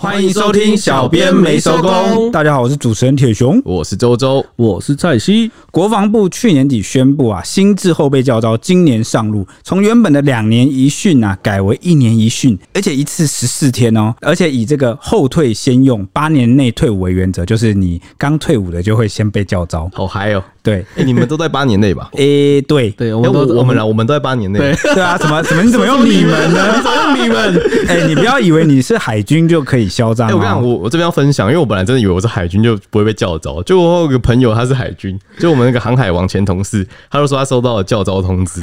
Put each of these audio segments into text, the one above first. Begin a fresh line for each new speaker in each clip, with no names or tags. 欢迎收听小编没收工
大家好，我是主持人铁熊。
我是周周，
我是蔡西，
国防部去年底宣布啊，新制后备教招今年上路，从原本的两年一训啊，改为一年一训，而且一次十四天哦，而且以这个后退先用，八年内退伍为原则，就是你刚退伍的就会先被教招。
好嗨哦！
对，？
哎，你们都在八年内吧
诶、对，
对，我
哎，
们
我
都
我们啦，我们都在八年内。
对
对啊，怎么怎么你怎么用你们呢？
怎么 你们？
哎、你不要以为你是海军就可以嚣张、哦。
哎，我跟你讲，我我这边要分享，因为我本来真的以为我是海军就不会被叫招，就我有个朋友他是海军，就我们那个航海王前同事，他就说他收到了叫招通知，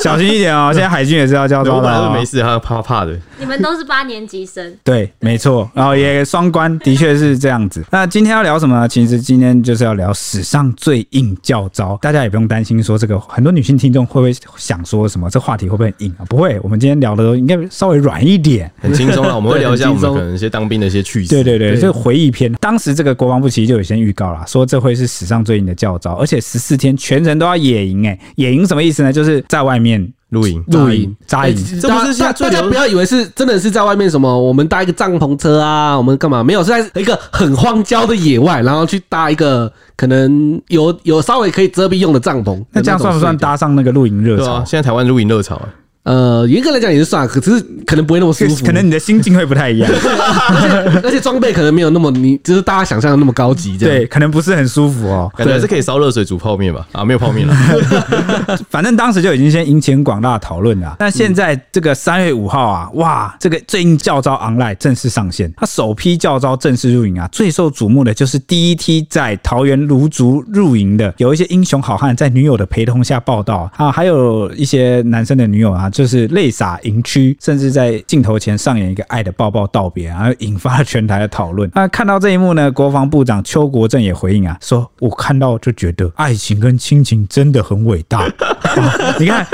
小心一点哦，现在海军也是要教招的、
我本来就
哦。，
没事，他怕怕的。
你们都是八年级生
对，没错，然后也双关，的确是这样子。那今天要聊什么呢？其实今天就是要聊史上最硬教招，大家也不用担心说这个很多女性听众会不会想说什么，这话题会不会很硬啊？不会，我们今天聊的都应该稍微软一点。
很轻松啦，我们会聊一下我
很轻
们
松
可能一些当兵的一些趣事。
对对对，
对
这回忆篇，当时这个国防部其实就有先预告啦，说这会是史上最硬的教招，而且十四天全程都要野营、欸，野营什么意思呢？就是在外面
露营，
露营、扎营，
哎
这不是现在
大大
最
大
流
家不要以为是真的是在外面什么，我们搭一个帐篷车啊，我们干嘛？没有，是在一个很荒郊的野外，然后去搭一个可能有有稍微可以遮蔽用的帐篷。
那这样算不算搭哎上那个露营热
对
潮
啊，？现在台湾露营热潮啊，
呃，严格来讲也是算，可是可能不会那么舒 服，
可能你的心境会不太一样。
而且装备可能没有那么你就是大家想象的那么高级这样。
对，可能不是很舒服哦。
感觉还是可以烧热水煮泡面吧？啊，没有泡面了，
反正当时就已经先引起很广大的讨论啊了。那现在这个三月五号啊，哇，这个最近教招 online 正式上线，它首批教招正式入营啊，最受瞩目的就是第一批在桃园芦竹入营的，有一些英雄好汉在女友的陪同下报道啊，还有一些男生的女友啊，就是泪洒营区，甚至在镜头前上演一个爱的抱抱道别啊，然后引发了全台的讨论。那看到这一幕呢，国防部长邱国正也回应啊，说我看到就觉得爱情跟亲情真的很伟大。 哦你看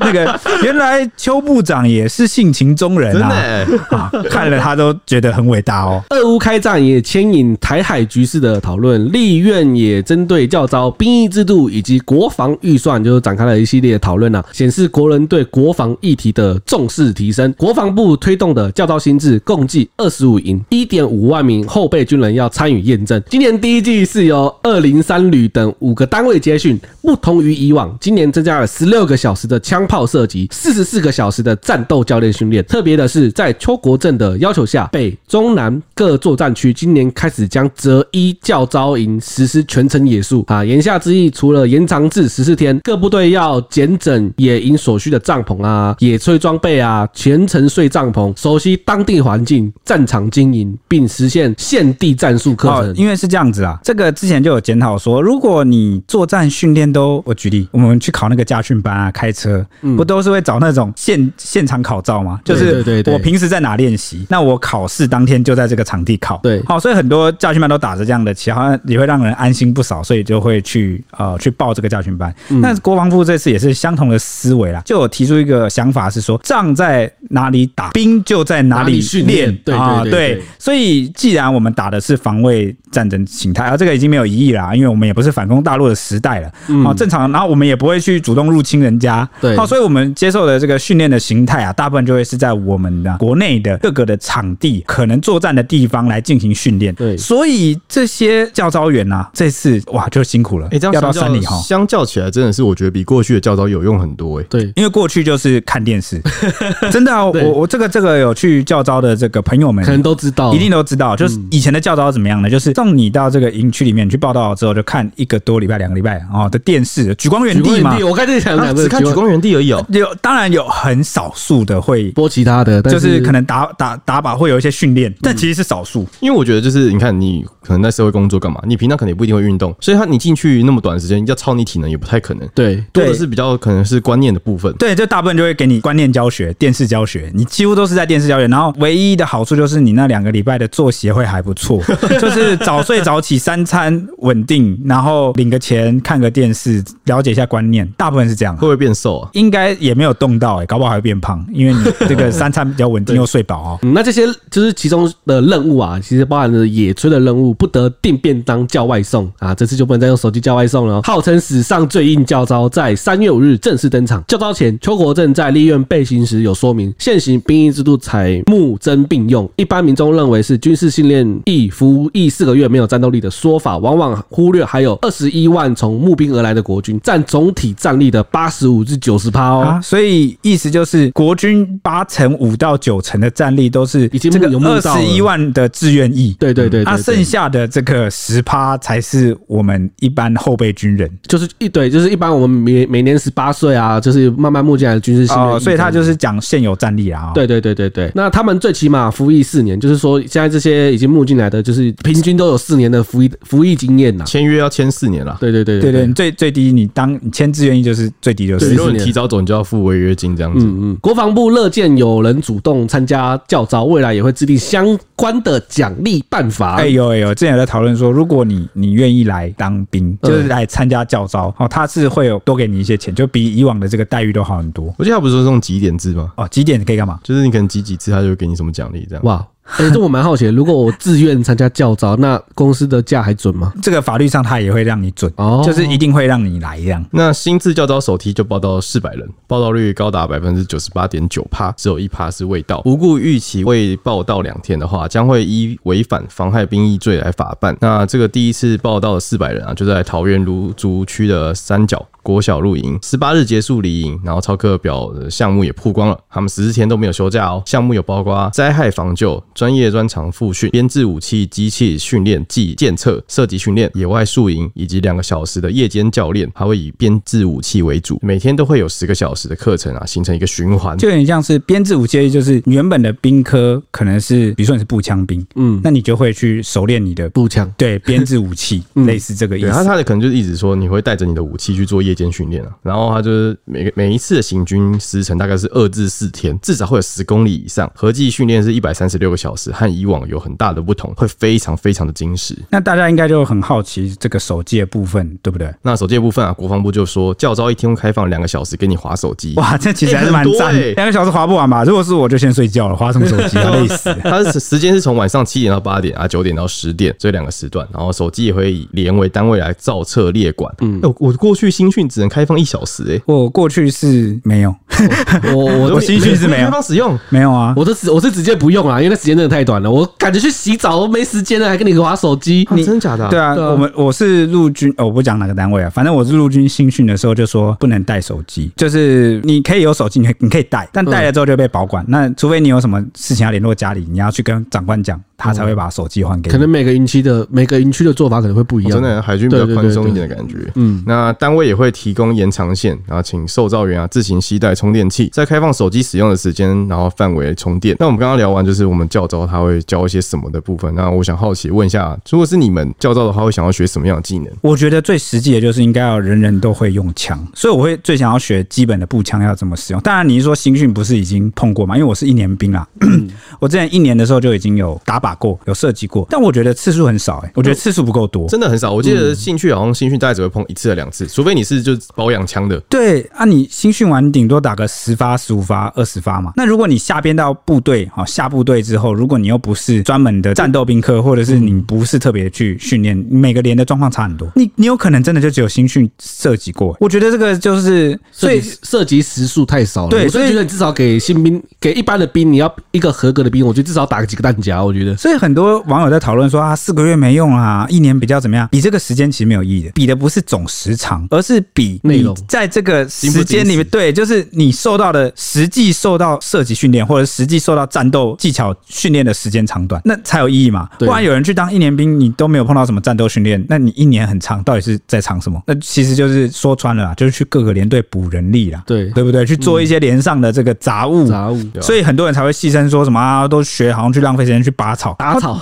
那个，原来邱部长也是性情中人
真的
啊，
欸。
啊看了他都觉得很伟大哦。
俄乌开战也牵引台海局势的讨论，立院也针对教招兵役制度以及国防预算，就是展开了一系列的讨论啊，显示国人对国防议题的重视提升。国防部推动的教招新制共计二十五营，一点五万名后备军人要参与验证。今年第一季是由二零三旅等五个单位接训，不同于以往，今年增加了十六个小时的枪炮射击，四十四个小时的战斗教练训练。特别的是，在邱国正的要求下，北中南各作战区今年开始将择一教招营实施全程野宿啊。言下之意，除了延长至十四天，各部队要检整野营所需的帐篷啊、野炊装备啊，全程睡帐篷，熟悉当地环境、战场经营，并实现现地战术课
哦
程。，
因为是这样子啊，这个之前就有检讨说，如果你作战训练都，我举例，我们去考那个驾训班啊，开车，不都是会找那种现现场考照吗？就
嗯对对
是
对
我平时在哪练习，那我考试当天就在这个场地考。
对
好、所以很多驾训班都打着这样的旗号，也会让人安心不少，所以就会去呃去报这个驾训班。
嗯
那国防部这次也是相同的思维啦，就有提出一个想法是说，仗在哪里打，兵就在哪
哪里
里
训练
练，
对对
啊
对
对
对
所以，既然我们打的是防卫战争形态，而、啊这个已经没有意义啦，因为我们也不是反攻大陆的时代了。好、正常，然后我们也不会去主动入侵人家。
对
好、所以我们接受的这个训练的形态啊，大部分就会是在我们的国内的各个的场地，可能作战的地方来进行训练。
对
所以这些教招员啊，这次哇就辛苦了，
哎，这样
要
相
到山
较
里哈。
相较起来，真的是我觉得比过去的教招有用很多哎。
对，
因为过去就是看电视，真的啊，我
对
我这个这个有去教招的这个朋友们，
可能都知道，
一定都知道，就是
嗯
以前的教招怎么样呢？就是送你到这个营区里面去报道之后，就看一个多礼拜、两个礼拜哦的电视，举光原
举
地
光
嘛
原地。。我刚才就想
啊
讲这
只
个
看
举
举
光
光原地而已哦。
有当然有很少数的会，
播其他的，但
就是可能打打打靶会有一些训
嗯
练，但其实是少数。
因为我觉得就是你看你可能在社会工作干嘛，你平常可能也不一定会运动，所以他你进去那么短时间要操你体能也不太可能，
对。
多的是比较可能是观念的部分。
对，就大部分就会给你观念教学、电视教学，你几乎都是在电视教学。然后唯一的好处就是你那两个礼拜的作息会还不 错，就是早睡早起，三餐稳定，然后领个钱，看个电视，了解一下观念，大部分是这样啊
会。不会变瘦啊？
应该也没有动到、欸，搞不好还会变胖，因为你这个三餐比较稳定又睡饱哦。
嗯，那这些就是其中的任务啊，其实包含了野炊的任务，不得订便当叫外送啊，这次就不能再用手机叫外送了哦。号称史上最硬教招，在三月五日正式登场。教招前，邱国正正在立院备询时有说明，现行兵役制度采募征并用，一般民众认为是军事训练役服役四个月没有战斗力的说法，往往忽略还有二十一万从募兵而来的国军，占总体战力的八十五至九十趴 哦。
啊，所以意思就是国军八成五到九成的战力都是
已经
这个
有募
二
到了
十一万的志愿役，
对对对对
啊，
对
剩下的这个十趴才是我们一般后备军人
就是一对，就是一般我们每每年十八岁啊，就是慢慢募进来的军事训练役这
哦，
样子、
所以他就是讲现有战力啊、哦，
对对对对对，那他们最起码服役四年，就是说现在这些已经募进来的，就是平均都有四年的服役服役经验呐。
签约要签四年啦。
对对对
对对，你最最低你当你签志愿役就是最低就
对，
是
如果你提早走，你就要付违约金这样子。
嗯嗯，国防部乐见有人主动参加教招，未来也会制定相关的奖励办法。
哎呦哎呦，之前有在讨论说，如果你你愿意来当兵，就是来参加教招哦，他是会有多给你一些钱，就比以往的这个待遇都好很多
我记得他不是说这种几点制吗？
哦。几点可以干嘛？
就是你可能集几次，他就会给你什么奖励这样。
哇，哎、这我蛮好奇的，如果我自愿参加教招，那公司的假还准吗？
这个法律上他也会让你准，
哦
就是一定会让你来这样。
那新制教招首梯就报到四百人，报到率高达百分之九十八点九帕，只有一帕是未到。无故逾期未报到两天的话，将会依违反妨害兵役罪来法办。那这个第一次报到的四百人啊，就在桃园芦竹区的三角国小露营，十八日结束离营，然后超课表的项目也曝光了，他们十四天都没有休假哦。项目有包括灾害防救、专业专长复训、编制武器机器训练暨检测、射击训练、野外宿营以及两个小时的夜间教练，还会以编制武器为主，每天都会有十个小时的课程啊，形成一个循环。
就有点像是编制武器，就是你原本的兵科可能是，比如说你是步枪兵，
嗯，
那你就会去熟练你的
步枪
对编制武器，类似这个意
对，他
思。
他的可能就是一直说你会带着你的武器去做夜间训练啊，然后他就是每个每一次的行军时程大概是二至四天，至少会有十公里以上，合计训练是一百三十六个小时，和以往有很大的不同，会非常非常的精实。
那大家应该就很好奇这个手机的部分，对不对？
那手机的部分啊，国防部就说教招一天会开放两个小时给你划手 机。
哇，这其实
欸
还是蛮
很多
赞的，
欸
两个小时划不完吧？如果是我就先睡觉了，划什么手机啊，累死。
它是时间是从晚上七点到八点啊，九点到十点这两个时段，然后手机也会以连为单位来造册列管。嗯，我我过去新训只能开放一小时、欸，
我哦过去是没有，
我我
哎，
我
哦新训是没有
开放使用。
没有啊。
我都直我是直接不用啦，因为那时间真的太短了，我感觉去洗澡都没时间了，还跟你划手机。
啊、真的假的、
对，啊，
对啊
我们我是陆军，哦，我不讲哪个单位啊，反正我是陆军新训的时候就说不能带手机，就是你可以有手机，你可以你可以带，但带了之后就被保管。那除非你有什么事情要联络家里，你要去跟长官讲，他才会把手机还给你。
可能每个营区的每个营区的做法可能会不一
我
样，
哦真的啊海军比较
对对对
宽松一
对
点的感觉。嗯，那单位也会提供延长线，然后请受照员啊自行携带充电器，在开放手机使用的时间，然后范围充电。那我们刚刚聊完就是我们教招他会教一些什么的部分。那我想好奇问一下，如果是你们教招的话，会想要学什么样的技能？
我觉得最实际的就是应该要人人都会用枪，所以我会最想要学基本的步枪要怎么使用。当然，你是说新训不是已经碰过吗？因为我是一年兵啦，我之前一年的时候就已经有打靶过，有射击过，但我觉得次数很少、欸，我觉得次数不够多。
真的很少，我记得兴趣好像兴趣大概只会碰一次或两次，除非你是就是保养枪的，
对啊，你新训完顶多打个十发、十五发、二十发嘛。那如果你下编到部队，好、下部队之后，如果你又不是专门的战斗兵科，或者是你不是特别去训练，每个连的状况差很多。你你有可能真的就只有新训射击过、欸我觉得这个就是
涉
所以
及涉及时数太少了，
对
我就
所以
觉得你至少给新兵、给一般的兵，你要一个合格的兵，我觉得至少打个几个弹夹，我觉得。
所以很多网友在讨论说啊，四个月没用啊，一年比较怎么样？比这个时间其实没有意义的，比的不是总时长，而是比
内
你
容
在这个时间里
精不精
面，
实
对，就是你受到的实际受到射击训练或者实际受到战斗技巧训练的时间长短，那才有意义嘛。
对
不然有人去当一年兵，你都没有碰到什么战斗训练，那你一年很长，到底是在长什么？那其实就是说穿了啦，就是去各个连队补人力啦，
对嗯
对不对？去做一些连上的这个杂物，
杂物
对啊
所以很多人才会牺牲说什么啊，都学好像去浪费时间去拔草。哦
打草，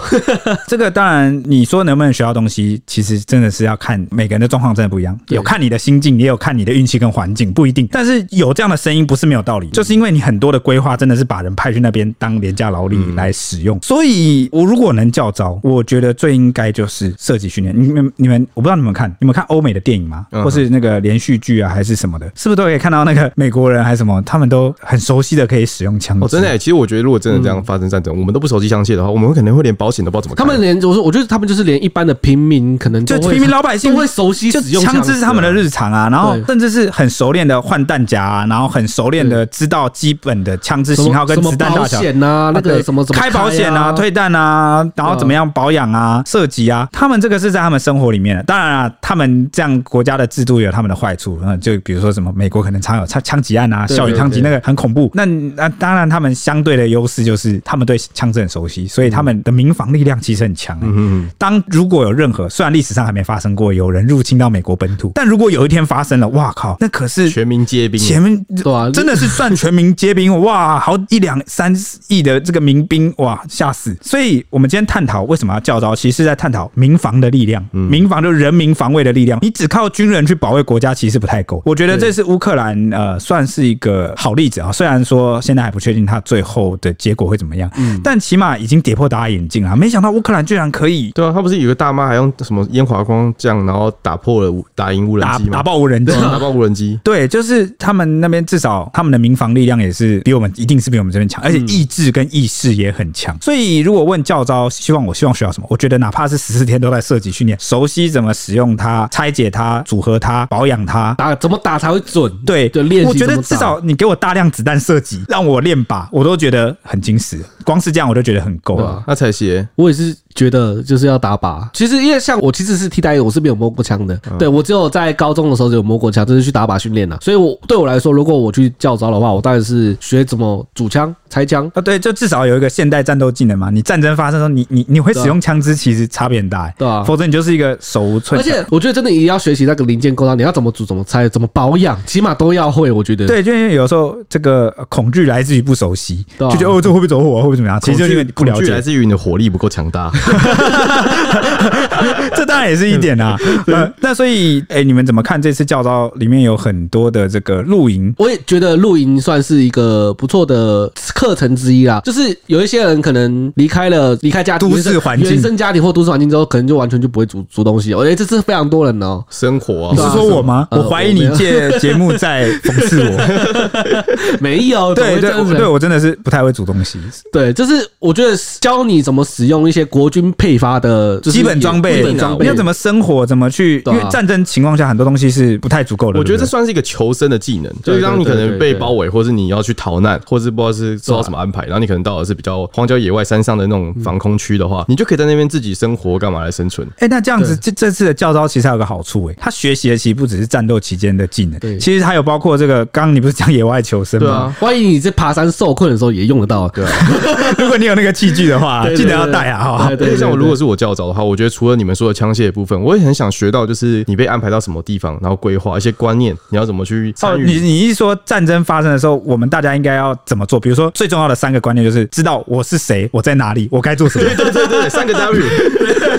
这个当然，你说能不能学到东西，其实真的是要看每个人的状况真的不一样，有看你的心境，也有看你的运气跟环境，不一定。但是有这样的声音不是没有道理，就是因为你很多的规划真的是把人派去那边当廉价劳力来使
嗯
用。所以，我如果能教招，我觉得最应该就是设计训练。你们你们，我不知道你们看，你们看欧美的电影吗？
嗯
或是那个连续剧啊，还是什么的，是不是都可以看到那个美国人还是什么，他们都很熟悉的可以使用枪支？
哦，真的、欸，其实我觉得如果真的这样发生战争，我们都不熟悉枪械的话，我们可能会连保险都不知道怎么开。
他们连我说，我觉得他们就是连一般的平民可能都
就
会
平民老百姓
都会熟悉
就
使用
枪支是他们的
啊
日常啊，然后
对
甚至是很熟练的换弹夹啊，然后很很熟练的知道基本的枪支
什
型号
么
跟
什么
子弹
保
大小。啊
险呐，啊那个
对
什么什么
开保险啊、
啊，
退弹啊，然后怎么样保养啊、射击
嗯
啊，他们这个是在他们生活里面的。当然啊，他们这样国家的制度有他们的坏处，嗯，就比如说什么美国可能常有枪枪击案啊、
对
校园
对
枪击，
对
那个很恐怖。那那当然，他们相对的优势就是他们对枪支很熟悉，所以他们的民防力量其实很强、欸。
嗯嗯，
当如果有任何，虽然历史上还没发生过有人入侵到美国本土，但如果有一天发生了，哇靠，那可是
嗯全民皆兵，
前面
对啊
真的是算全民皆兵哇，好一两三亿的这个民兵哇，吓死！所以我们今天探讨为什么要教招，其实是在探讨民防的力量，民防就是人民防卫的力量。你只靠军人去保卫国家，其实不太够。我觉得这是乌克兰呃，算是一个好例子啊。虽然说现在还不确定它最后的结果会怎么样，但起码已经跌破大家眼镜了。没想到乌克兰居然可以
对啊，他不是有个大妈还用什么烟花光酱，然后打破了无打赢无人
打
机
打
嘛？
爆无人机
对，啊，打爆无人机。
对，就是他们那边至少他们的民防力量也是比我们一定是比我们这边
嗯
强，而且意志跟意识也很强。所以如果问教招，希望我希望学到什么？我觉得哪怕是十四天都在射击训练，熟悉怎么使用它、拆解它、组合它、保养它。
打怎么打才会准？
对，
就练习
我觉得
怎么
至
打
少你给我大量子弹射击，让我练靶，我都觉得很惊喜。光是这样我就觉得很够
对
了。
啊，那彩鞋
我也是觉得就是要打靶。其实因为像我其实是替代役，我是没有摸过枪的。对我只有在高中的时候有摸过枪，就是去打靶训练了。啊嗯所以我对我来说，如果我去教招的话，我当然是学怎么组枪、拆枪。
啊，对，就至少有一个现代战斗技能嘛。你战争发生的时候，你你你会使用枪支，其实差别很大、欸
对啊
否则你就是一个手无寸
而
铁。
且我觉得真的也要学习那个零件构造，你要怎么组、怎么拆、怎么保养，起码都要会。我觉得，
对，就因为有时候这个呃恐惧来自于不熟悉，
对啊
就觉得哦，这会不会走火啊，会不会怎么样？其实就是因为你不了
恐惧来
解，
自于你的火力不够 强大。
这当然也是一点啊。呃那所以，哎，你们怎么看这次教招里面有很多的这个露营？
我也觉得露营算是一个不错的课程之一啦。就是有一些人可能离开了离开家庭
都市环境
原生家庭或都市环境之后，可能就完全就不会煮煮东西。我觉得这是非常多人哦、
生活啊
你，是说我吗？
呃
我怀疑你借节目在讽刺我。
没有，怎么
对
会
对
这样子
对，我真的是不太会煮东西。
对，就是我觉得教你怎么使用一些国军配发的、就是
基本装备，
基本装备
你要怎么生活，怎么去？因
啊对啊
为战争情况下，很多东西是不太足够的。
我觉得
对
这
不对
算是一个求生的技能，就
对
是当你
对
可
对
能
对
被
对
包围，或是你要去逃难，或是不知道是受到什么安排，然后你可能到的是比较荒郊野外、山上的那种防空区的
嗯
话，你就可以在那边自己生活，干嘛来生存？
哎、那这样子，这这次的教招其实还有个好处哎、他学习的其实不只是战斗期间的技能
对，
其实还有包括这个，刚刚你不是讲野外求生
对
吗？
啊，
万一你在爬山受困的时候也用得到，对
如果你有那个器具的话，
对对
记得要带啊哈。
对
因
对，
为像我
对
如果是我教招的话，我觉得除了你们说的枪械的部分，我也很想学到，就是你被安排到什么地方，然后规划一些观念，你要怎么去
哦，
参
你
与。
你一说战争发生的时候，我们大家应该要怎么做？比如说最重要的三个观念就是知道我是谁，我在哪里，我该做什么。
对对对，三个 W，
对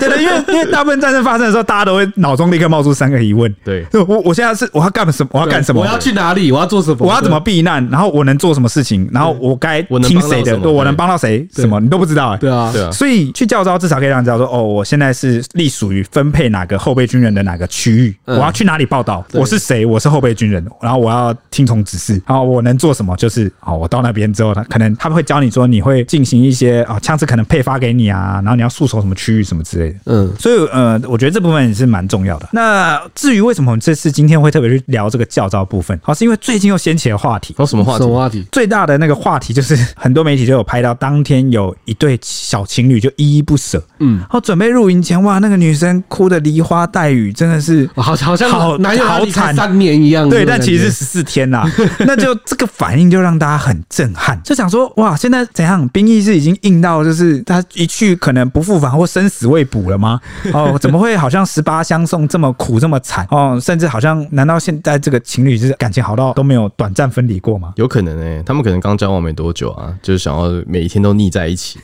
对，因为因为大部分战争发生的时候，大家都会脑中立刻冒出三个疑问：
对，
我我现在是我要干什么？我要干什么？
我要去哪里？我要做什么？
我要怎么避难，然后我能做什么事情，然后我该
我能
听
帮到
谁的，
什么
对我能
对
帮到谁，什么你都不知道、欸。
对啊？
对啊，
所以去教招至少可以让你知道说，哦，我现在是隶属于分配哪个后备军人的哪个区域，
嗯
我要去哪里报道，
对
我是谁，我是后备军人，然后我要听从指示，然后我能做什么，就是哦，我到那边之后，他可能他们会教你说，你会进行一些啊、枪支可能配发给你啊，然后你要束手什么区域什么之类的。
嗯，
所以呃，我觉得这部分也是蛮重要的。那至于为什么我们这次今天会特别去聊这个教招部分，好、是因为最近又掀起了话题。
还有什么话
什
题
么？话题？
最大的那个话题就是， 很多媒体就有拍到当天有一对小情侣就依依不舍，
嗯
然后准备入营前，哇，那个女生哭的梨花带雨，真的是
哦好，好
好
像男友
好
离开
惨
三年一样。
对，
这种
但其实是
感觉
十四天 啦，那就这个反应就让大家很震撼，就想说哇，现在怎样兵役是已经硬到就是他一去可能不复返或生死未卜了 吗？哦，怎么会好像十八相送这么苦这么惨哦？甚至好像难道现在这个情侣就是感情好到都没有短暂分离过吗？
有可能诶、他们可能刚交往没多久啊，就是想要每一天都腻在 一起。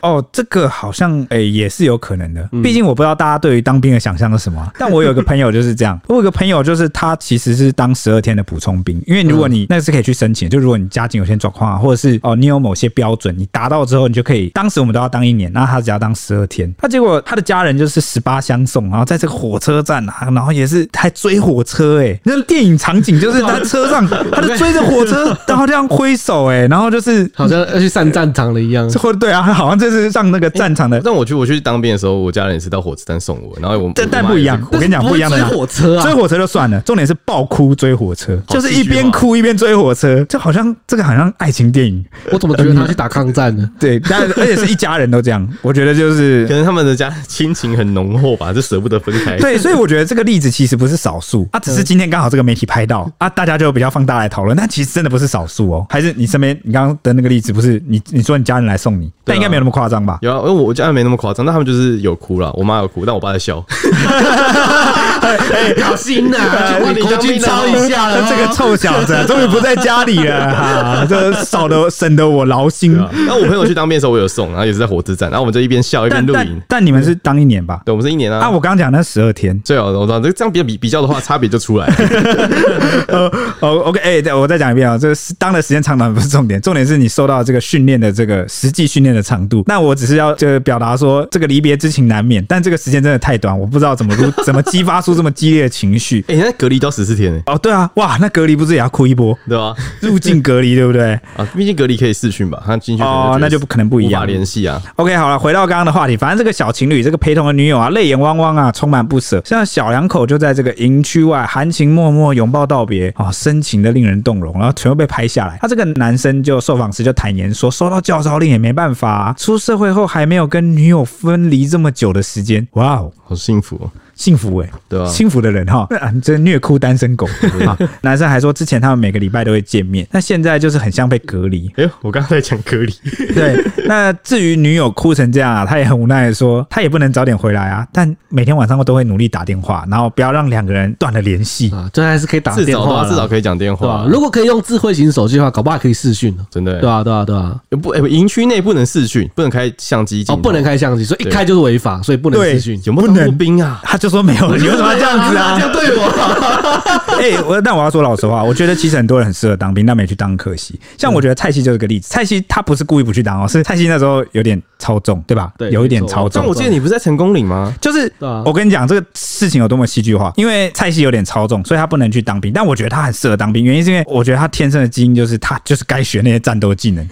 哦，这个好像诶、也是有可能的，毕竟我不知道大家对于当兵的想象是什么啊、但我有一个朋友就是这样，我有一个朋友就是他其实是当十二天的补充兵，因为如果你、那是可以去申请，就如果你家境有些状况啊，或者是哦你有某些标准，你达到之后你就可以，当时我们都要当一年，那他只要当十二天，他结果他的家人就是十八相送，然后在这个火车站啊，然后也是还追火车诶、那电影场景就是他车上他就追着火车，然后这样挥手诶、然后就是
好像要去上战场了一样。
或对啊，好像就是让那个战场的对
但我去我去当兵的时候，我家人也是到火车站送我，然后我
这
我
但
妈
不一
也是
样
哭
我跟你讲不一样的
追火车啊
追，火车就算了，重点是爆哭追火车，
好
就是一边哭一边追火车，就好像这个好像爱情电影，
我怎么觉得他去打抗战 呢？
对，但而且是一家人都这样， 我觉得就是
可能他们的家 亲情很浓厚吧，就舍不得分开。
对，所以我觉得这个例子其实不是少数，啊，只是今天刚好这个媒体拍到啊，大家就比较放大来讨论。但其实真的不是少数哦，还是你身边你刚刚的那个例子，不是你你说你家人来送你，但应该没有那么夸张吧？
有啊，因为我家人没那么夸张，但他们就是有哭了，我妈有哭，但我爸 在笑。
啊
小心呐、啊
哎
为国军操一下了 哦、
这个臭小子啊终于不在家里了，哈， 这少得省得我劳心
对。啊那我朋友去当兵的时候，我有送，然后也是在火车站，然后我们就一边笑一边
但
露
但
营。
但你们是当一年吧？
对，我们是一年啊。
啊，我刚刚讲那十二天，
最好的，我知道这这样比比比较的话，差别就出来了。
哦，OK，哎、对我再讲一遍啊、这个是当的时间长短不是重点，重点是你受到这个训练的这个实际训练的长度。那我只是要这个表达说，这个离别之情难免，但这个时间真的太短，我不知道怎么如 怎么激发出这么激烈的情绪。
哎、欸，那隔离到十四天呢、
哦，对啊，哇，那隔离不是也要哭一波？
对吧、
入境隔离对不对
啊？毕竟隔离可以视讯吧，他进去可能
哦
觉得
那就不可能不一样
无法联系啊。
？OK，好了，回到刚刚的话题，反正这个小情侣，这个陪同的女友啊，泪眼汪汪啊，充满不舍。像小两口就在这个营区外含情脉脉拥抱道别啊、哦，深情的令人动容，然后全部被拍下来。他这个男生就受访时就坦言说，收到教招令也没办法、啊，出社会后还没有跟女友分离这么久的时间，哇哦，
好幸福、哦，
幸福哎、
对啊
幸福的人哈， 啊你这虐哭单身 狗啊！男生还说之前他们每个礼拜都会见面，那现在就是很像被隔离，
哎、呦，我刚刚在讲隔离，
对，那至于女友哭成这样啊，他也很无奈的说，他也不能早点回来啊，但每天晚上我都会努力打电话，然后不要让两个人断了联系。
啊，这还是可以打
至
电
少的
话
话
啦，
至少可以讲电
对吧、
啊
话。
如果可以用智慧型手机的话，搞不好还可以视讯呢。
真的、欸，
对啊，对啊，对啊。
不，哎、营区内不能视讯，不能开相机镜
哦，
头
不能。开相机，所以一
对
开就是违法，所以不能
对
视讯。
有没
不
有
能
当过兵啊？
他就说没 有，你为什么要这样子 啊？
样对我，
哎、我但我要说老实话，我觉得其实很多人很适合当兵，但没去当，可惜。像我觉得蔡西就是个例子，蔡西他不是故意不去当哦，是蔡西那时候有点超重，对吧？
对
有一点
没错
超
但
重。
我记得你不是在成功岭吗？
就是
对啊
我跟你讲这个事情有多么戏剧化，因为蔡西有点超重，所以他不能去当兵。但我觉得他很适合当兵，原因是因为我觉得他天生的基因就是他就是该学那些战斗 技能，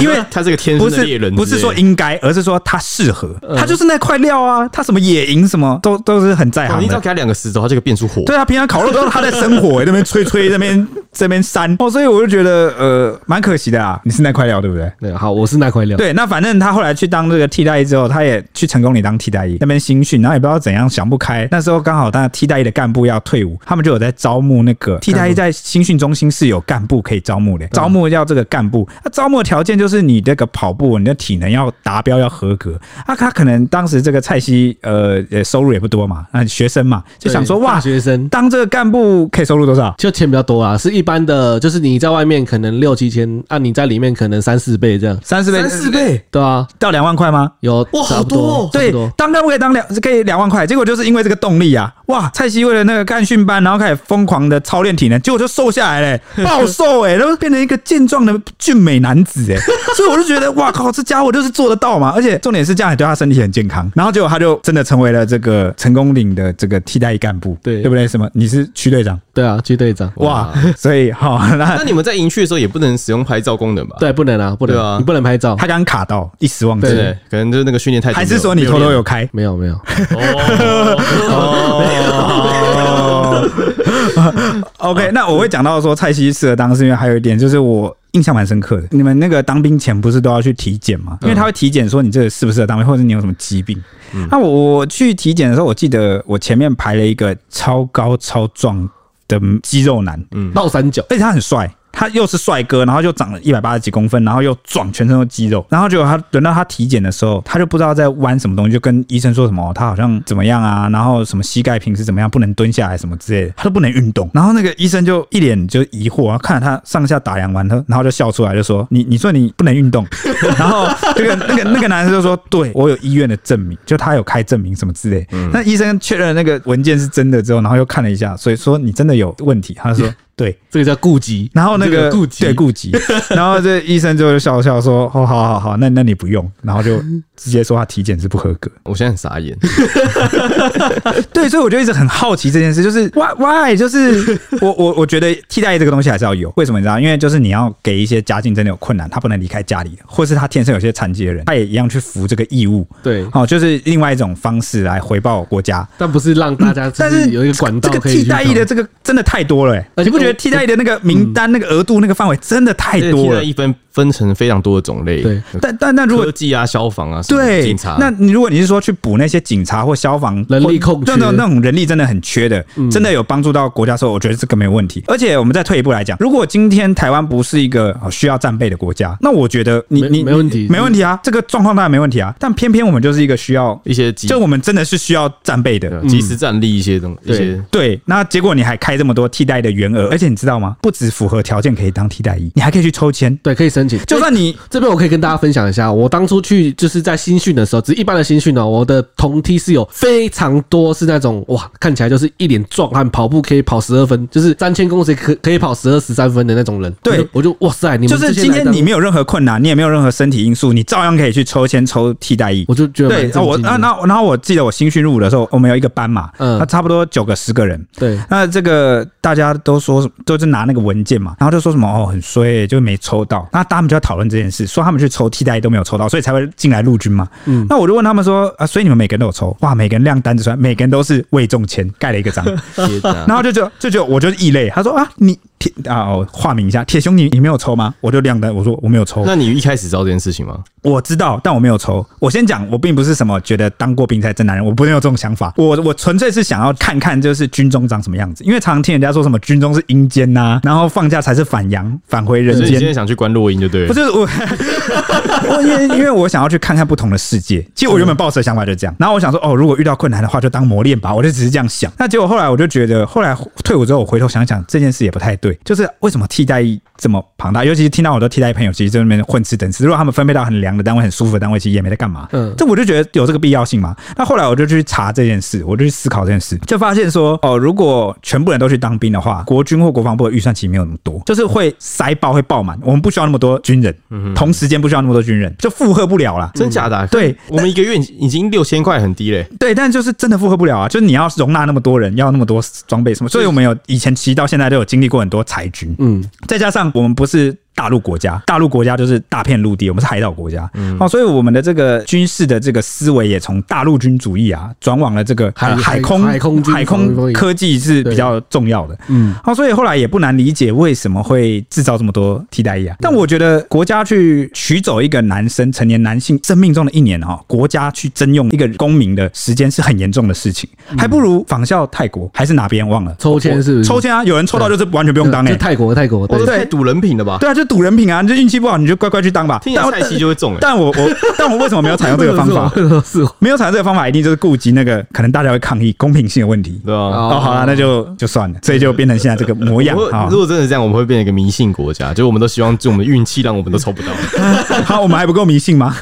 因为
他是个天
不
生的猎
是
人之类的，嗯
不是说应该，而是说他适合，他就是那块料啊，他什么野营什么都都是很在
哦
行
你只要
的。
给他两个石头，他就可以变出火。
对啊，平常烤肉都是他在生火、欸，那边吹吹，那边 这边扇哦，所以我就觉得呃蛮可惜的啊。你是那块料对不对？
对，好，我是那块料。
对，那反正他后来去当这个替代役之后，他也去成功里当替代役，那边新训，然后也不知道怎样想不开。那时候刚好那替代役的干部要退伍，他们就有在招募那个替代役，在嗯新训中心是有干部可以招募的，招募要这个干部。那招募的条件就是你这个跑步，你的体能要达标，要合格。啊，他可能当时这个蔡西呃呃收入也不多嘛，那学生嘛，就想说
对大
哇，
学生
当这个干部可以收入多少？
就钱比较多啊，是一般的，就是你在外面可能六七千，啊，你在里面可能三四倍这样。
三十倍，
倍，
对啊，
到两万块吗？
有
哇
差不
好多哦
差不
对
多，
当干部可以当两可以两万块，结果就是因为这个动力啊，哇！蔡西为了那个干训班，然后开始疯狂的操练体能，结果就瘦下来嘞、暴瘦哎、然后变成一个健壮的俊美男子哎、所以我就觉得哇靠，这家伙就是做得到嘛，而且重点是这样也对他身体很健康，然后结果他就真的成为了这个成功岭的这个替代役干部，
对
对不对？什么你是区队长
对啊，区队长，
哇
哇，
所以好、那
那你们在营区的时候也不能使用拍照功能吧？
对，不能啊，不能，
对啊
你不能拍照，
他刚卡到一时忘
对
记
不，对，可能就是那个训练太久
还
没有
是说你偷偷有开？
没有没有，
哦，OK，那我会讲到说蔡西适合当，是因为还有一点就是我。印象蛮深刻的，你们那个当兵前不是都要去体检吗？因为他会体检说你这个适不适合当兵，或者你有什么疾病。那、我我去体检的时候，我记得我前面排了一个超高超壮的肌肉男，
倒三角，
而且他很帅，他又是帅哥，然后又长了一百八十几公分，然后又壮，全身都肌肉。然后结果他轮到他体检的时候，他就不知道在弯什么东西，就跟医生说什么哦他好像怎么样啊，然后什么膝盖平时怎么样，不能蹲下来什么之类的，他都不能运动。然后那个医生就一脸就疑惑，然后看着他上下打量完他，然后就笑出来，就说：“你你说你不能运动？” 然后这个那个那个男生就说：“对我有医院的证明，就他有开证明什么之类。”那医生确认那个文件是真的之后，然后又看了一下，所以说你真的有问题。他就说。对，
这个叫顾及，
然后那个
这顾及
对顾 及，然后这医生就笑笑说：“哦，好好好，那那你不用。”然 后就直接说他体检是不合格。
我现在很傻眼，
对，所以我就一直很好奇这件事，就是 why why，就是 我我我觉得替代役这个东西还是要有，为什么你知道？因为就是你要给一些家境真的有困难，他不能离开家里，或是他天生有些残疾的人，他也一样去服这个义务。
对，
哦，就是另外一种方式来回报国家。
但不是让大家，
但
只有一个管道
这个
可以去
替代役的
看
这个真的太多了、欸，
而且
你不觉得替代役的那个名单、那个额度、那个范围真的太
这个替
多
代
了？
一分分成非常多的种类，
对
但但那如果
科技啊、消防啊、什么
对，
警察，
那你如果你是说去补那些警察或消防
人力嗯空缺
就那种那种人力真的很缺的，真的有帮助到国家的时候，我觉得这个没有问题。而且我们再退一步来讲，如果今天台湾不是一个呃需要战备的国家，那我觉得你
没
你
没问题
你没问题啊，这个状况当然没问题啊。但偏偏我们就是一个需要，
一些及
就我们真的是需要战备的
对。吧及时站立一些东一
对
些。
对，那结果你还开这么多替代的员额，而且你知道吗？不只符合条件可以当替代役，你还可以去抽签。
对，可以申请。
就算你
这边我可以跟大家分享一下，我当初去就是在新训的时候，只是一般的新训哦、我的同梯是有非常多是那种哇，看起来就是一脸壮汉，跑步可以跑十二分，就是三千公尺可可以跑十二十三分的那种人。
对
我就我就哇塞，你们
就是
这些
今
来
天
当
你没有任何困难，你也没有任何身体因素，你照样可以去抽签抽替代役。
我就觉得
对，
蛮
然后我
震惊的
啊，然后然后我记得我新训入伍的时候，我们有一个班嘛，
嗯
那差不多九个十个人。
对
那这个大家都说都是拿那个文件嘛，然后就说什么哦很衰、就没抽到。那他们就在讨论这件事，说他们去抽替代役都没有抽到，所以才会进来陆军嘛。
嗯
那我就问他们说啊，所以你们每个人都有抽？哇，每个人亮单子出来，每个人都是未中签盖了一个章，
天 哪
然后就就就就我就是异类。他说啊你铁啊我化名一下铁兄你你没有抽吗？我就亮单，我说我没有抽。
那你一开始知道这件事情 吗？
我知道，但我没有抽。我先讲，我并不是什么觉得当过兵才真男人，我不能有这种想法。我我纯粹是想要看看，就是军中长什么样子。因为常听人家说什么军中是阴间呐，然后放假才是返阳，返回人
所以你今
间
天。想去关落音就对
不
了。
是我， 我因为因为我想要去看看不同的世界。其实我原本抱持的想法就是这样，然后我想说，哦，如果遇到困难的话，就当磨练吧。我就只是这样想。那结果后来我就觉得，后来退伍之后，我回头想想这件事也不太对，就是为什么替代役这么庞大？尤其是听到我的替代役朋友其实在那边混吃等死，如果他们分配到很凉的单位、很舒服的单位，其实也没在干嘛。
嗯
这我就觉得有这个必要性嘛。那后来我就去查这件事，我就去思考这件事，就发现说，哦，如果全部人都去当兵的话，国军或国防部的预算其实没有那么多，就是会塞爆、会爆满。我们不需要那么多军人，同时间不需要那么多军人，就负荷不了啦。
真假的啊？
对
我们一个月已经六千块，很低嘞。
对，但就是真的负荷不了啊！就是你要容纳那么多人，要那么多装备什么，所以我们有以前其实到现在都有经历过很多裁军，
嗯，
再加上我们不是大陆国家，大陆国家就是大片陆地，我们是海岛国家，
嗯
哦，所以我们的这个军事的这个思维也从大陆军主义啊，转往了这个
海
呃海空
海空军
海
防
空
卫
科技是比较重要的，
嗯，
哦，所以后来也不难理解为什么会制造这么多替代役
嗯
啊。但我觉得国家去取走一个男生成年男性生命中的一年哦，国家去征用一个公民的时间是很严重的事情，还不如仿效泰国还是哪边忘了
嗯抽签是不是
抽签啊，有人抽到就是完全不用当哎、
嗯就泰国泰国
我
对
都太赌人品了吧？
对啊，就赌人品啊，你就运气不好你就乖乖去当吧。
听起
但
来
我
菜系就会中哎。
但我我 但我为什么没有采用这个 方法？
是我是我
没有采用这个方法，一定就是顾及那个可能大家会抗议公平性的问题。
对啊，
哦，好了，那就就算了，所以就变成现在这个模样
如果
啊
如。果真的这样，我们会变成一个迷信国家，就我们都希望就我们的运气让我们都抽不到。
好，我们还不够迷信 吗？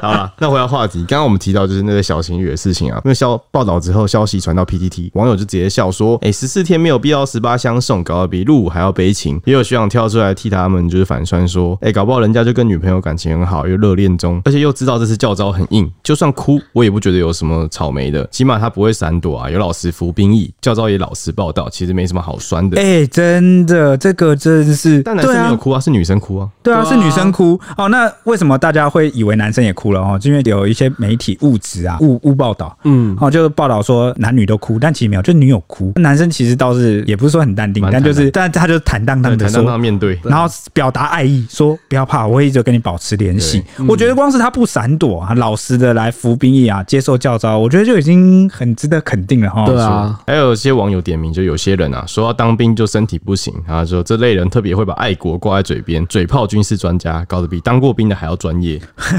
好了， 那回到话题，刚刚我们提到就是那个小情侣的事情啊，因为消报道之后，消息传到 PTT，网友就直接笑说：“哎、十四天没有必要十八相送，搞得比入伍还要悲情。”也有学长跳出来替他们就是反酸说：“哎、搞不好人家就跟女朋友感情很好，又热恋中，而且又知道这次教招很硬，就算哭我也不觉得有什么草莓的，起码他不会闪躲啊，有老师服兵役，教招也老实报道，其实没什么好酸的。
哎、真的，这个真是，
但男生
对
没有
啊，
哭啊，是女生哭啊。
对啊，
对啊
是女生哭哦。那为什么大家会以为男生也哭了哦？就因为有一些媒体误植啊，误误报道。
嗯，
哦，就报道说男女都哭，但其实没有，就女友哭。男生其实倒是也不是说很淡定，
蛮
但就
坦
是，但他就坦荡荡
坦
的
荡
说，
荡面对，
然后表达爱意，说不要怕，我会一直跟你保持联系。我觉得光是他不闪躲啊，老实的来服兵役啊，接受教招，我觉得就已经很值得肯定了哈。
对啊，
还有些网友点名，就有些人啊，说要当兵就身体不行，啊他说这类人特别会把爱国挂在嘴边，嘴炮军事专家，搞得比当过兵的还要专业。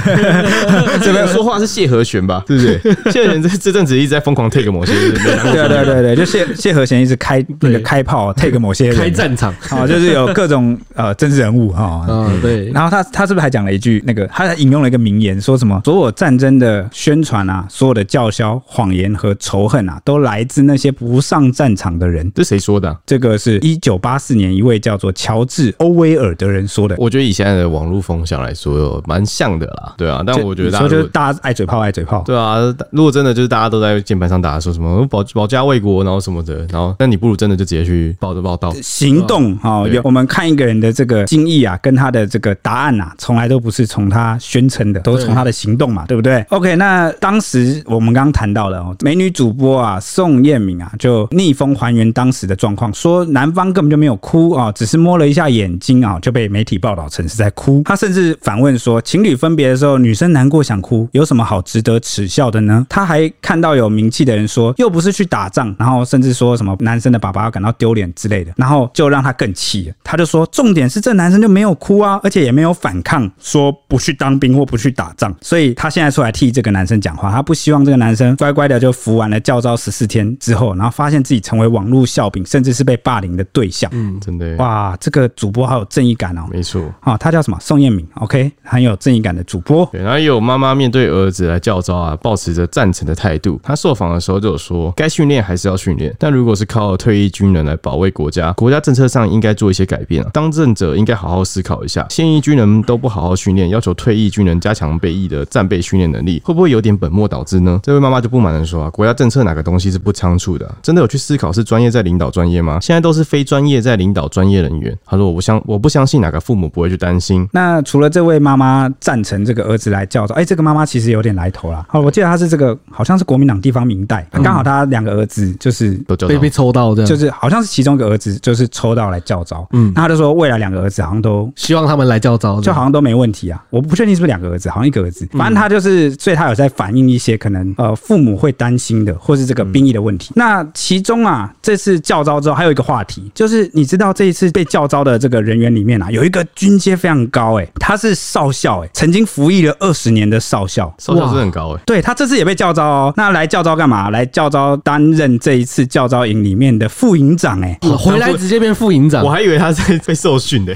这边说话是谢和弦吧，对不对？谢和弦这这阵子一直在疯狂 take 某些人，没 当过
对啊对啊对啊对啊，就谢谢和弦一直开那个开炮 take 某些人
开战场。
哦，就是有各种动呃政治人物哈。
啊，对，
然后他他是不是还讲了一句那个？他还引用了一个名言，说什么所有战争的宣传啊，所有的叫嚣、谎言和仇恨啊，都来自那些不上战场的人。
这谁说的啊、
这个是一九八四年一位叫做乔治·欧威尔的人说的。
我觉得以现在的网络风向来说，蛮像的啦，对啊。但我觉得
你
大家
说就
如
是
果
大家爱嘴炮，爱嘴炮。
对啊，如果真的就是大家都在键盘上打说什么哦保保家卫国，然后什么的，然后但你不如真的就直接去报着报道。
行动哈、哦，
对
有我们看一个人的这个经意啊，跟他的这个答案啊，从来都不是从他宣称的，都是从他的行动嘛，对不对？OK，那当时我们刚刚谈到了哦，美女主播啊，宋彦明啊，就逆风还原当时的状况，说男方根本就没有哭啊、只是摸了一下眼睛啊，就被媒体报道成是在哭。他甚至反问说，情侣分别的时候，女生难过想哭，有什么好值得耻笑的呢？他还看到有名气的人说，又不是去打仗，然后甚至说什么男生的爸爸要感到丢脸之类的，然后就让他更气了。他就说，重点是这男生就没有哭啊，而且也没有反抗，说不去当兵或不去打仗，所以他现在出来替这个男生讲话，他不希望这个男生乖乖的就服完了教招十四天之后，然后发现自己成为网络笑柄，甚至是被霸凌的对象。
嗯真的，
哇，这个主播好有正义感哦！
没错。
啊、他叫什么？宋彦明，OK，很有正义感的主播。
对，然后也有妈妈面对儿子来教招啊，保持着赞成的态度。她受访的时候就有说，该训练还是要训练，但如果是靠退役军人来保卫国家，国家政策上应该做一些改变啊。当政者应该好好思考一下，现役军人都不好好训练，要求退役军人加强备役的战备训练能力，会不会有点本末倒置呢？这位妈妈就不满的说啊，国家政策哪个东西是不仓促的啊、真的有去思考是专业在领导专业吗？现在都是非专业在领导专业人员。她说我不相我不相信哪个父母不会去担心，
那除了这位妈妈赞成这个儿子来教导，哎、这个妈妈其实有点来头啦。哦，我记得她是这个好像是国民党地方明代，刚好她两个儿子就是。
都叫
被被抽到这样，
就是好像是其中一个儿子，就是抽到来教招，嗯，那他就说未来两个儿子好像都
希望他们来教招，
就好像都没问题啊，我不确定是不是两个儿子，好像一个儿子，反正他就是，所以他有在反映一些可能呃父母会担心的，或是这个兵役的问题。那其中啊，这次教招之后还有一个话题，就是你知道这一次被教招的这个人员里面啊，有一个军阶非常高、欸，他是少校、欸，曾经服役了二十年的少校。
收效是很高诶、欸
对他这次也被教招哦，那来教招干嘛？来教招担任这一次教招营里面的副营长、欸，
哇回来直接变副营长
我，还以为他在被受训的、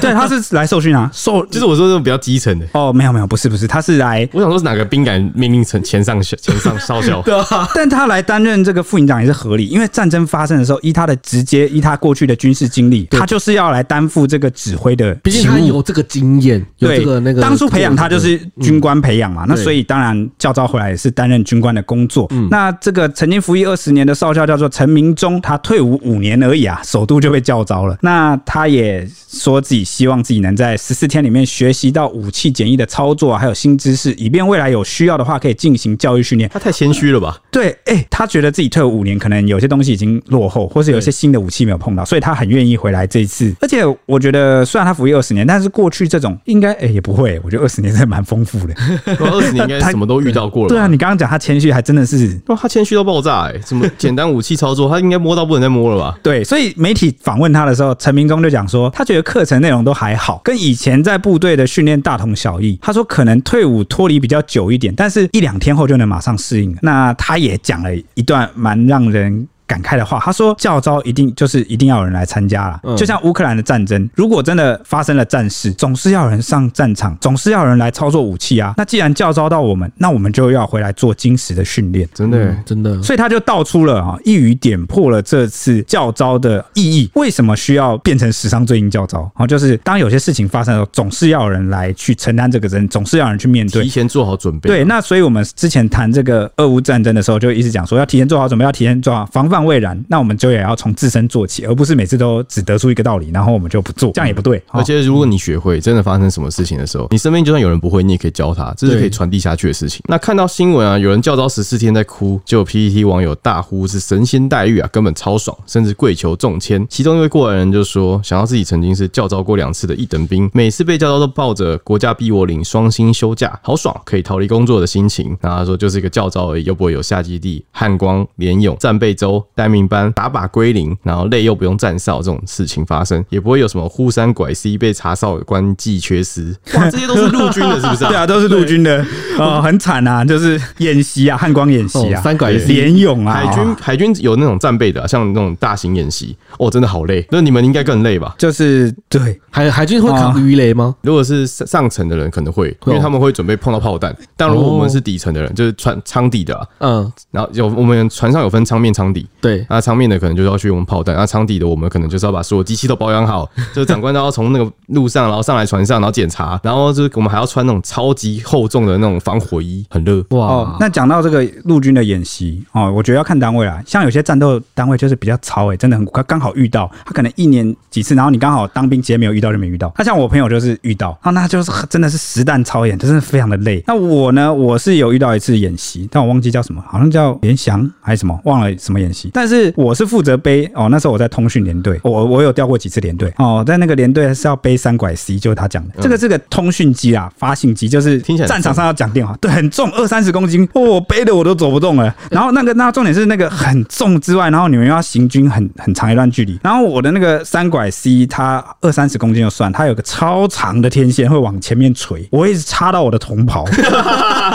对，他是来受训啊，受
就是我说这种比较基层的、
哦，没有没有，不是不是，他是来
哦我想说是哪个兵敢命令前前上校前上少校？
对啊，
但他来担任这个副营长也是合理，因为战争发生的时候，依他的直接，依他过去的军事经历，他就是要来担负这个指挥的
毕竟
职
他
务。
有这个经验，有
对，
这个那个，嗯
当初培养他就是军官培养嘛，那
对嗯
所以当然教招回来也是担任军官的工作。那这个曾经服役二十年的少校叫做陈明忠，他退伍五年而已啊，首度就被教招了。那他也说自己希望自己能在十四天里面学习到武器简易的操作啊，还有新知识，以便未来有需要的话可以进行教育训练。
他太谦虚了吧？
对，哎、他觉得自己退伍五年，可能有些东西已经落后，或是有些新的武器没有碰到，所以他很愿意回来这一次。而且我觉得，虽然他服役二十年，但是过去这种应该哎、也不会，我觉得二十年真的蛮丰富的。
二十年应该什么都遇到过了吧？
对啊，你刚刚讲他谦虚，还真的是
哇，他谦虚到爆炸哎、欸！什么简单武器操作，他应该摸到不能再摸了吧？
对，所以媒体访问他的时候，陈明忠就讲说，他觉得课程内容都还好，跟以前在部队的训练大同小异。他说可能退伍脱离比较久一点，但是一两天后就能马上适应了。那他也讲了一段蛮让人。感慨的话，他说：“教招一定就是一定要有人来参加啦，
嗯
就像乌克兰的战争，如果真的发生了战事，总是要有人上战场，总是要有人来操作武器啊。那既然教招到我们，那我们就要回来做精实的训练。
真的、
嗯真的，
所以他就道出了啊，一语点破了这次教招的意义。为什么需要变成史上最硬教招？啊，就是当有些事情发生的时候，总是要有人来去承担这个责任，总是要有人去面对
提。前做好准备。
对，那所以我们之前谈这个俄乌战争的时候，就一直讲说要提前做好准备，要提前做好防范未然。那我们就也要从自身做起，而不是每次都只得出一个道理，然后我们就不做，这样也不对。
而
哦
且如果你学会，真的发生什么事情的时候，你身边就算有人不会，你也可以教他，这是可以传递下去的事情。那看到新闻啊，有人叫招十四天在哭，就有 PPT 网友大呼是神仙待遇啊，根本超爽，甚至跪求中签。其中一位过来人就说，想到自己曾经是教招过两次的一等兵，每次被叫招都抱着国家逼我领双薪休假，好爽，可以逃离工作的心情。那他说就是一个教招而已，又不会有下基地、汉光、联勇、战备州、待命班打靶归零，然后累又不用站哨这种事情发生，也不会有什么呼山拐 C 被查哨官纪缺失。哇，这些都是陆军的，是不是、啊？
对啊，都是陆军的，哦， 很惨啊，就是演习啊，汉光演习啊，
哦三拐一
对
联勇啊，
海军
哦
海军有那种战备的啊、像那种大型演习，哦，真的好累。那你们应该更累吧？
就是对，
海海军会扛鱼雷吗？
如果是上上层的人可能会，因为他们会准备碰到炮弹。但如果我们是底层的人，就是船舱底的啊、
哦
嗯，
然后有我们船上有分舱面、舱底，
对，
那舱面的可能就是要去用炮弹，那舱底的我们可能就是要把所有机器都保养 好，就是长官都要从那个路上，然后上来船上，然后检查，然后就是我们还要穿那种超级厚重的那种防火衣，很热。
哦
哇，，
那讲到这个陆军的演习哦，我觉得要看单位啦。像有些战斗单位就是比较糙欸诶、真的很刚刚好遇到，他可能一年几次，然后你刚好当兵期间没有遇到就没遇到。那像我朋友就是遇到，啊，那就是真的是实弹操演，真的非常的累。那我呢，我是有遇到一次演习，但我忘记叫什么，好像叫联翔还是什么，忘了什么演习。但是我是负责背哦，那时候我在通讯连队，我我有调过几次连队哦，在那个连队是要背三拐 C，就是他讲的，这个是个通讯机啊，发信机，就是
听起来很
战场
重
上。要讲电话，对，很重，二三十公斤，哦，我背的我都走不动了。然后那个，那重点是那个很重之外，然后你们又要行军很很长一段距离。然后我的那个三拐 C，它二三十公斤就算，它有个超长的天线会往前面垂，我一直插到我的同 袍，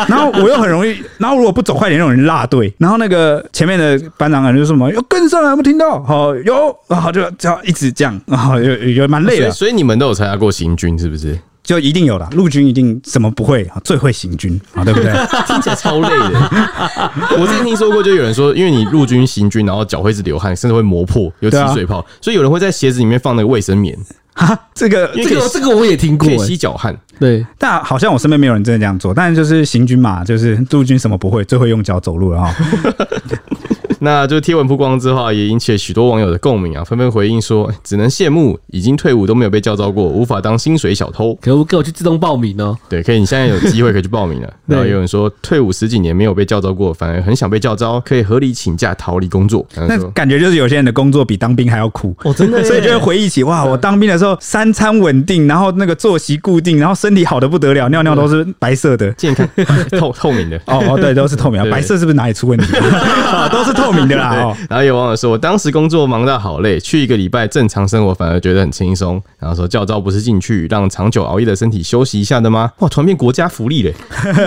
然后我又很容易，然后如果不走快点，那种人落队。然后那个前面的班长可能就说什么要跟上来，有没有听到？好、有，然后就就要一直这样，然后有有蛮累
所以
的，
所以你们都有参加过行军，是不是？
就一定有的，陆军一定什么不会，哦最会行军啊，对不对？
听起来超累的。 我之前听说过，就有人说，因为你陆军行军，然后脚会一直流汗，甚至会磨破，有起
对啊
水泡，所以有人会在鞋子里面放那个卫生棉，
哈， 这个
因为
这
可
个
以
这个我也听过
可以，
欸
吸脚汗。
对，
但好像我身边没有人真的这样做，但就是行军嘛，就是陆军什么不会，最会用脚走路了哈。
那就贴文曝光之后，也引起了许多网友的共鸣啊，纷纷回应说，只能羡慕已经退伍都没有被叫招过，无法当薪水小偷。
可不给我去自动报名哦。
对，可以，你现在有机会可以去报名了。
对
然后有人说，退伍十几年没有被叫招过，反而很想被叫招，可以合理请假逃离工作。然后
那
说
感觉就是有些人的工作比当兵还要苦，
哦真的耶
所以就会回忆起哇，我当兵的时候三餐稳定，然后那个作息固定，然后身体好的不得了，尿尿都是白色的。
健康 透透明的。
哦哦，对，都是透明的，
对
白色是不是哪里出问题？ 哦都是透明的啦。哦，
然后有网友说，我当时工作忙到好累，去一个礼拜正常生活反而觉得很轻松。然后说教招不是进去让长久熬夜的身体休息一下的吗？哇，团变国家福利嘞！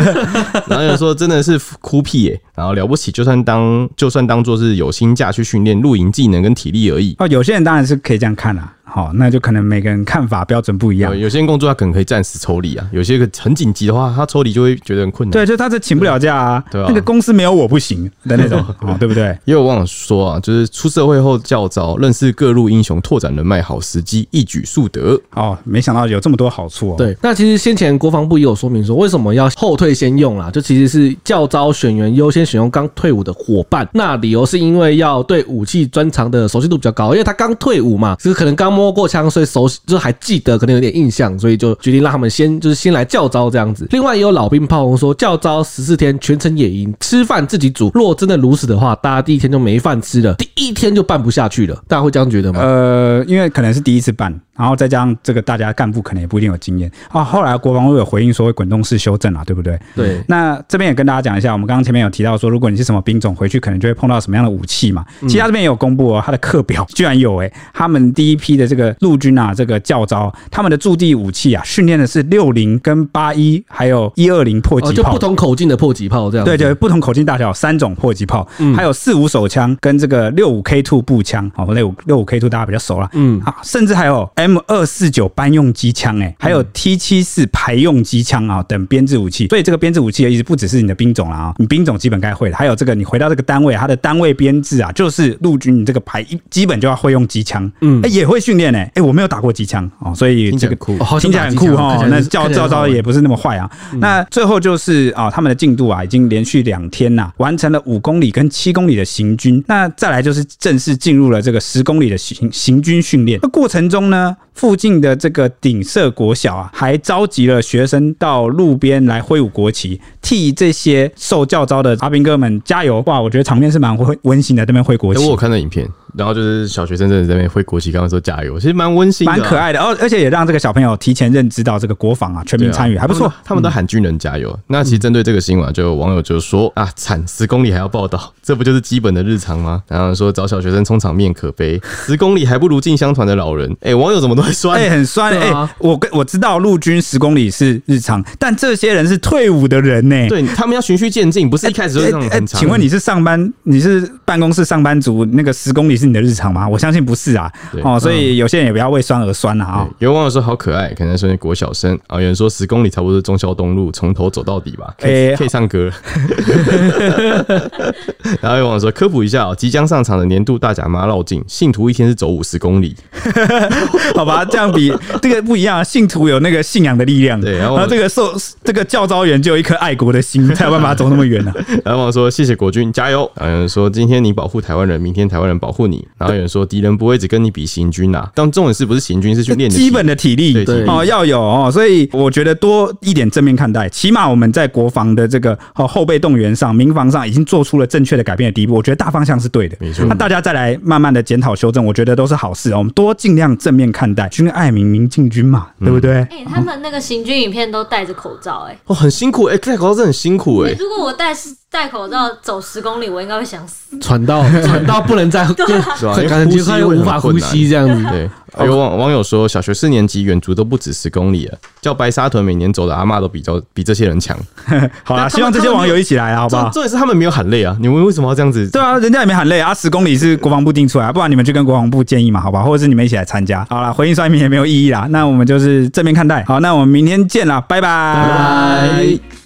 然后有人说真的是哭屁耶、然后了不起，就算当就算当做是有薪假去训练露营技能跟体力而已。
哦，有些人当然是可以这样看啦。好，那就可能每个人看法标准不一样
有。有些人工作他可能可以暂时抽离啊，有些个很紧急的话，他抽离就会觉得很困难。
对，就他这请不了假啊，
对啊
那个公司没有我不行的那 种，哦，对不对？
也有网友说啊，就是出社会后较早认识各路英雄，拓展人脉，好时机，一举数得。
哦，没想到有这么多好处哦。，
对，那其实先前国防部也有说明说，为什么要后退先用啦？就其实是教招选员优先选用刚退伍的伙伴。那理由是因为要对武器专长的熟悉度比较高，因为他刚退伍嘛，就是可能刚摸过枪，所以熟悉，就是还记得，可能有点印象，所以就决定让他们先就是先来教招这样子。另外也有老兵炮轰说，教招十四天全程野营，吃饭自己煮。若真的如此的话，大家第一天就没饭吃了，第一天就办不下去了。大家会这样觉得吗？
呃，因为可能是第一次办，然后再加上这个大家干部可能也不一定有经验啊。后来国防部有回应说会滚动式修正啊，对不对？
对，
那这边也跟大家讲一下，我们刚刚前面有提到说，如果你是什么兵种，回去可能就会碰到什么样的武器嘛。
嗯
其实他这边也有公布哦，他的课表居然有诶、他们第一批的这个陆军啊，这个教招，他们的驻地武器啊，训练的是六零跟八一，还有一二零迫
哦，
击
就
炮。
不同口径的迫击炮这样子。
对，就是不同口径大小三种迫击炮，
嗯
还有四五手枪跟这个六五 K two 步枪，好，六五六五 K two 大家比较熟了，嗯啊，甚至还有 M 二四九班用机枪，哎，还
嗯
有 T 七四排用机枪啊等编制武器，所以这个编制武器的意思不只是你的兵种啦啊，你兵种基本该会的，还有这个你回到这个单位，它的单位编制啊，就是陆军你这个排一基本就要会用机枪，嗯，也会训练呢，哎，我没有打过机枪哦，所以
听起
这
来
个
很酷
哦好想
听起来
打
很
机
酷
枪
哦
看起。来
那
是
教
看起来
教
很好
招
玩嗯
也不是那么坏啊。那最后就是啊、他们的进度啊，已经连续两天呐、完成了五公里跟七公里的行军。那再来就是正式进入了这个十公里的行行军训练。那过程中呢，附近的这个顶社国小啊，还召集了学生到路边来挥舞国旗，替这些受教招的阿兵哥们加油！哇，我觉得场面是蛮温温馨的，这边挥国
哎、
旗。
我有看到影片，然后就是小学生真的在那边挥国旗，刚刚说加油，其实蛮温馨的、啊
蛮可，爱的，哦而而且也让这个小朋友提前认知到这个国防啊，全民参与、还不
哦
错。嗯
他们都喊军人加油。那其实针对这个新闻啊，就有网友就说啊，惨，十公里还要报道， 这不就是基本的日常吗？然后说找小学生充场面可悲， 十公里还不如进香团的老人。哎、网友怎么都会酸、
哎、很酸哎、
对啊
我跟我知道陆军十公里是日常，但这些人是退伍的人呢、
对他们要循序渐进，不是一开始就
哎
这种
哎
很长、
请问你是上班，你是办公室上班族，那个十公里是你的日常吗？我相信不是啊
对。嗯
哦，所以有些人也不要为酸而酸啊、啊。
对哦有网友说好可爱，可能是国小生啊。有人说十公里差不多是忠孝东路，从头走到底吧，可以、
哎
可以唱歌 了。然后有网友说科普一下哦，即将上场的年度大甲妈绕境，信徒一天是走五十公里，
好吧，这样比这个不一样啊。信徒有那个信仰的力量，啊
对然
然
后
后这个受这个教招员就有一颗爱国的心，才有办法走那么远呢、啊。
然后网友说谢谢国军加油，然后有人说今天你保护台湾人，明天台湾人保护你，然后有人说敌人不会只跟你比行军呐、但重点是不是行军是去练你
基本的体力
对对
哦要有哦，所以我觉得多一点正面看待，起码我们在国防的这个哦后备动员上、民防上已经做出了正确的改变的第一步，我觉得大方向是对的。
没错
那大家再来慢慢的检讨修正，我觉得都是好事哦。我们多尽量正面看待，军爱民，民进军嘛，对不对？
哎、他们那个行军影片都戴着口罩、哎、
哦，很辛苦哎，戴口罩真的很辛苦哎、
如果我戴戴口罩走十公里，我应该会想死。
喘到喘到不 能再，
是吧
就
因为
感觉
呼吸
快
会很
无法
困
呼
难
吸这样子。
对，有哎网网友说，小学四年级远足都不止十公里了，叫白沙屯每年走的阿嬷都比较比这些人强。
好啦，
那他们
希望这些网友一起来啊，好不
重
好？
重点是他们没有喊累啊，你们为什么要这样子？
对啊，人家也没喊累啊，十公里是国防部定出来，啊不然你们去跟国防部建议嘛，好吧？或者是你们一起来参加。好啦，回应酸民也没有意义啦，那我们就是正面看待。好，那我们明天见啦，拜拜
拜。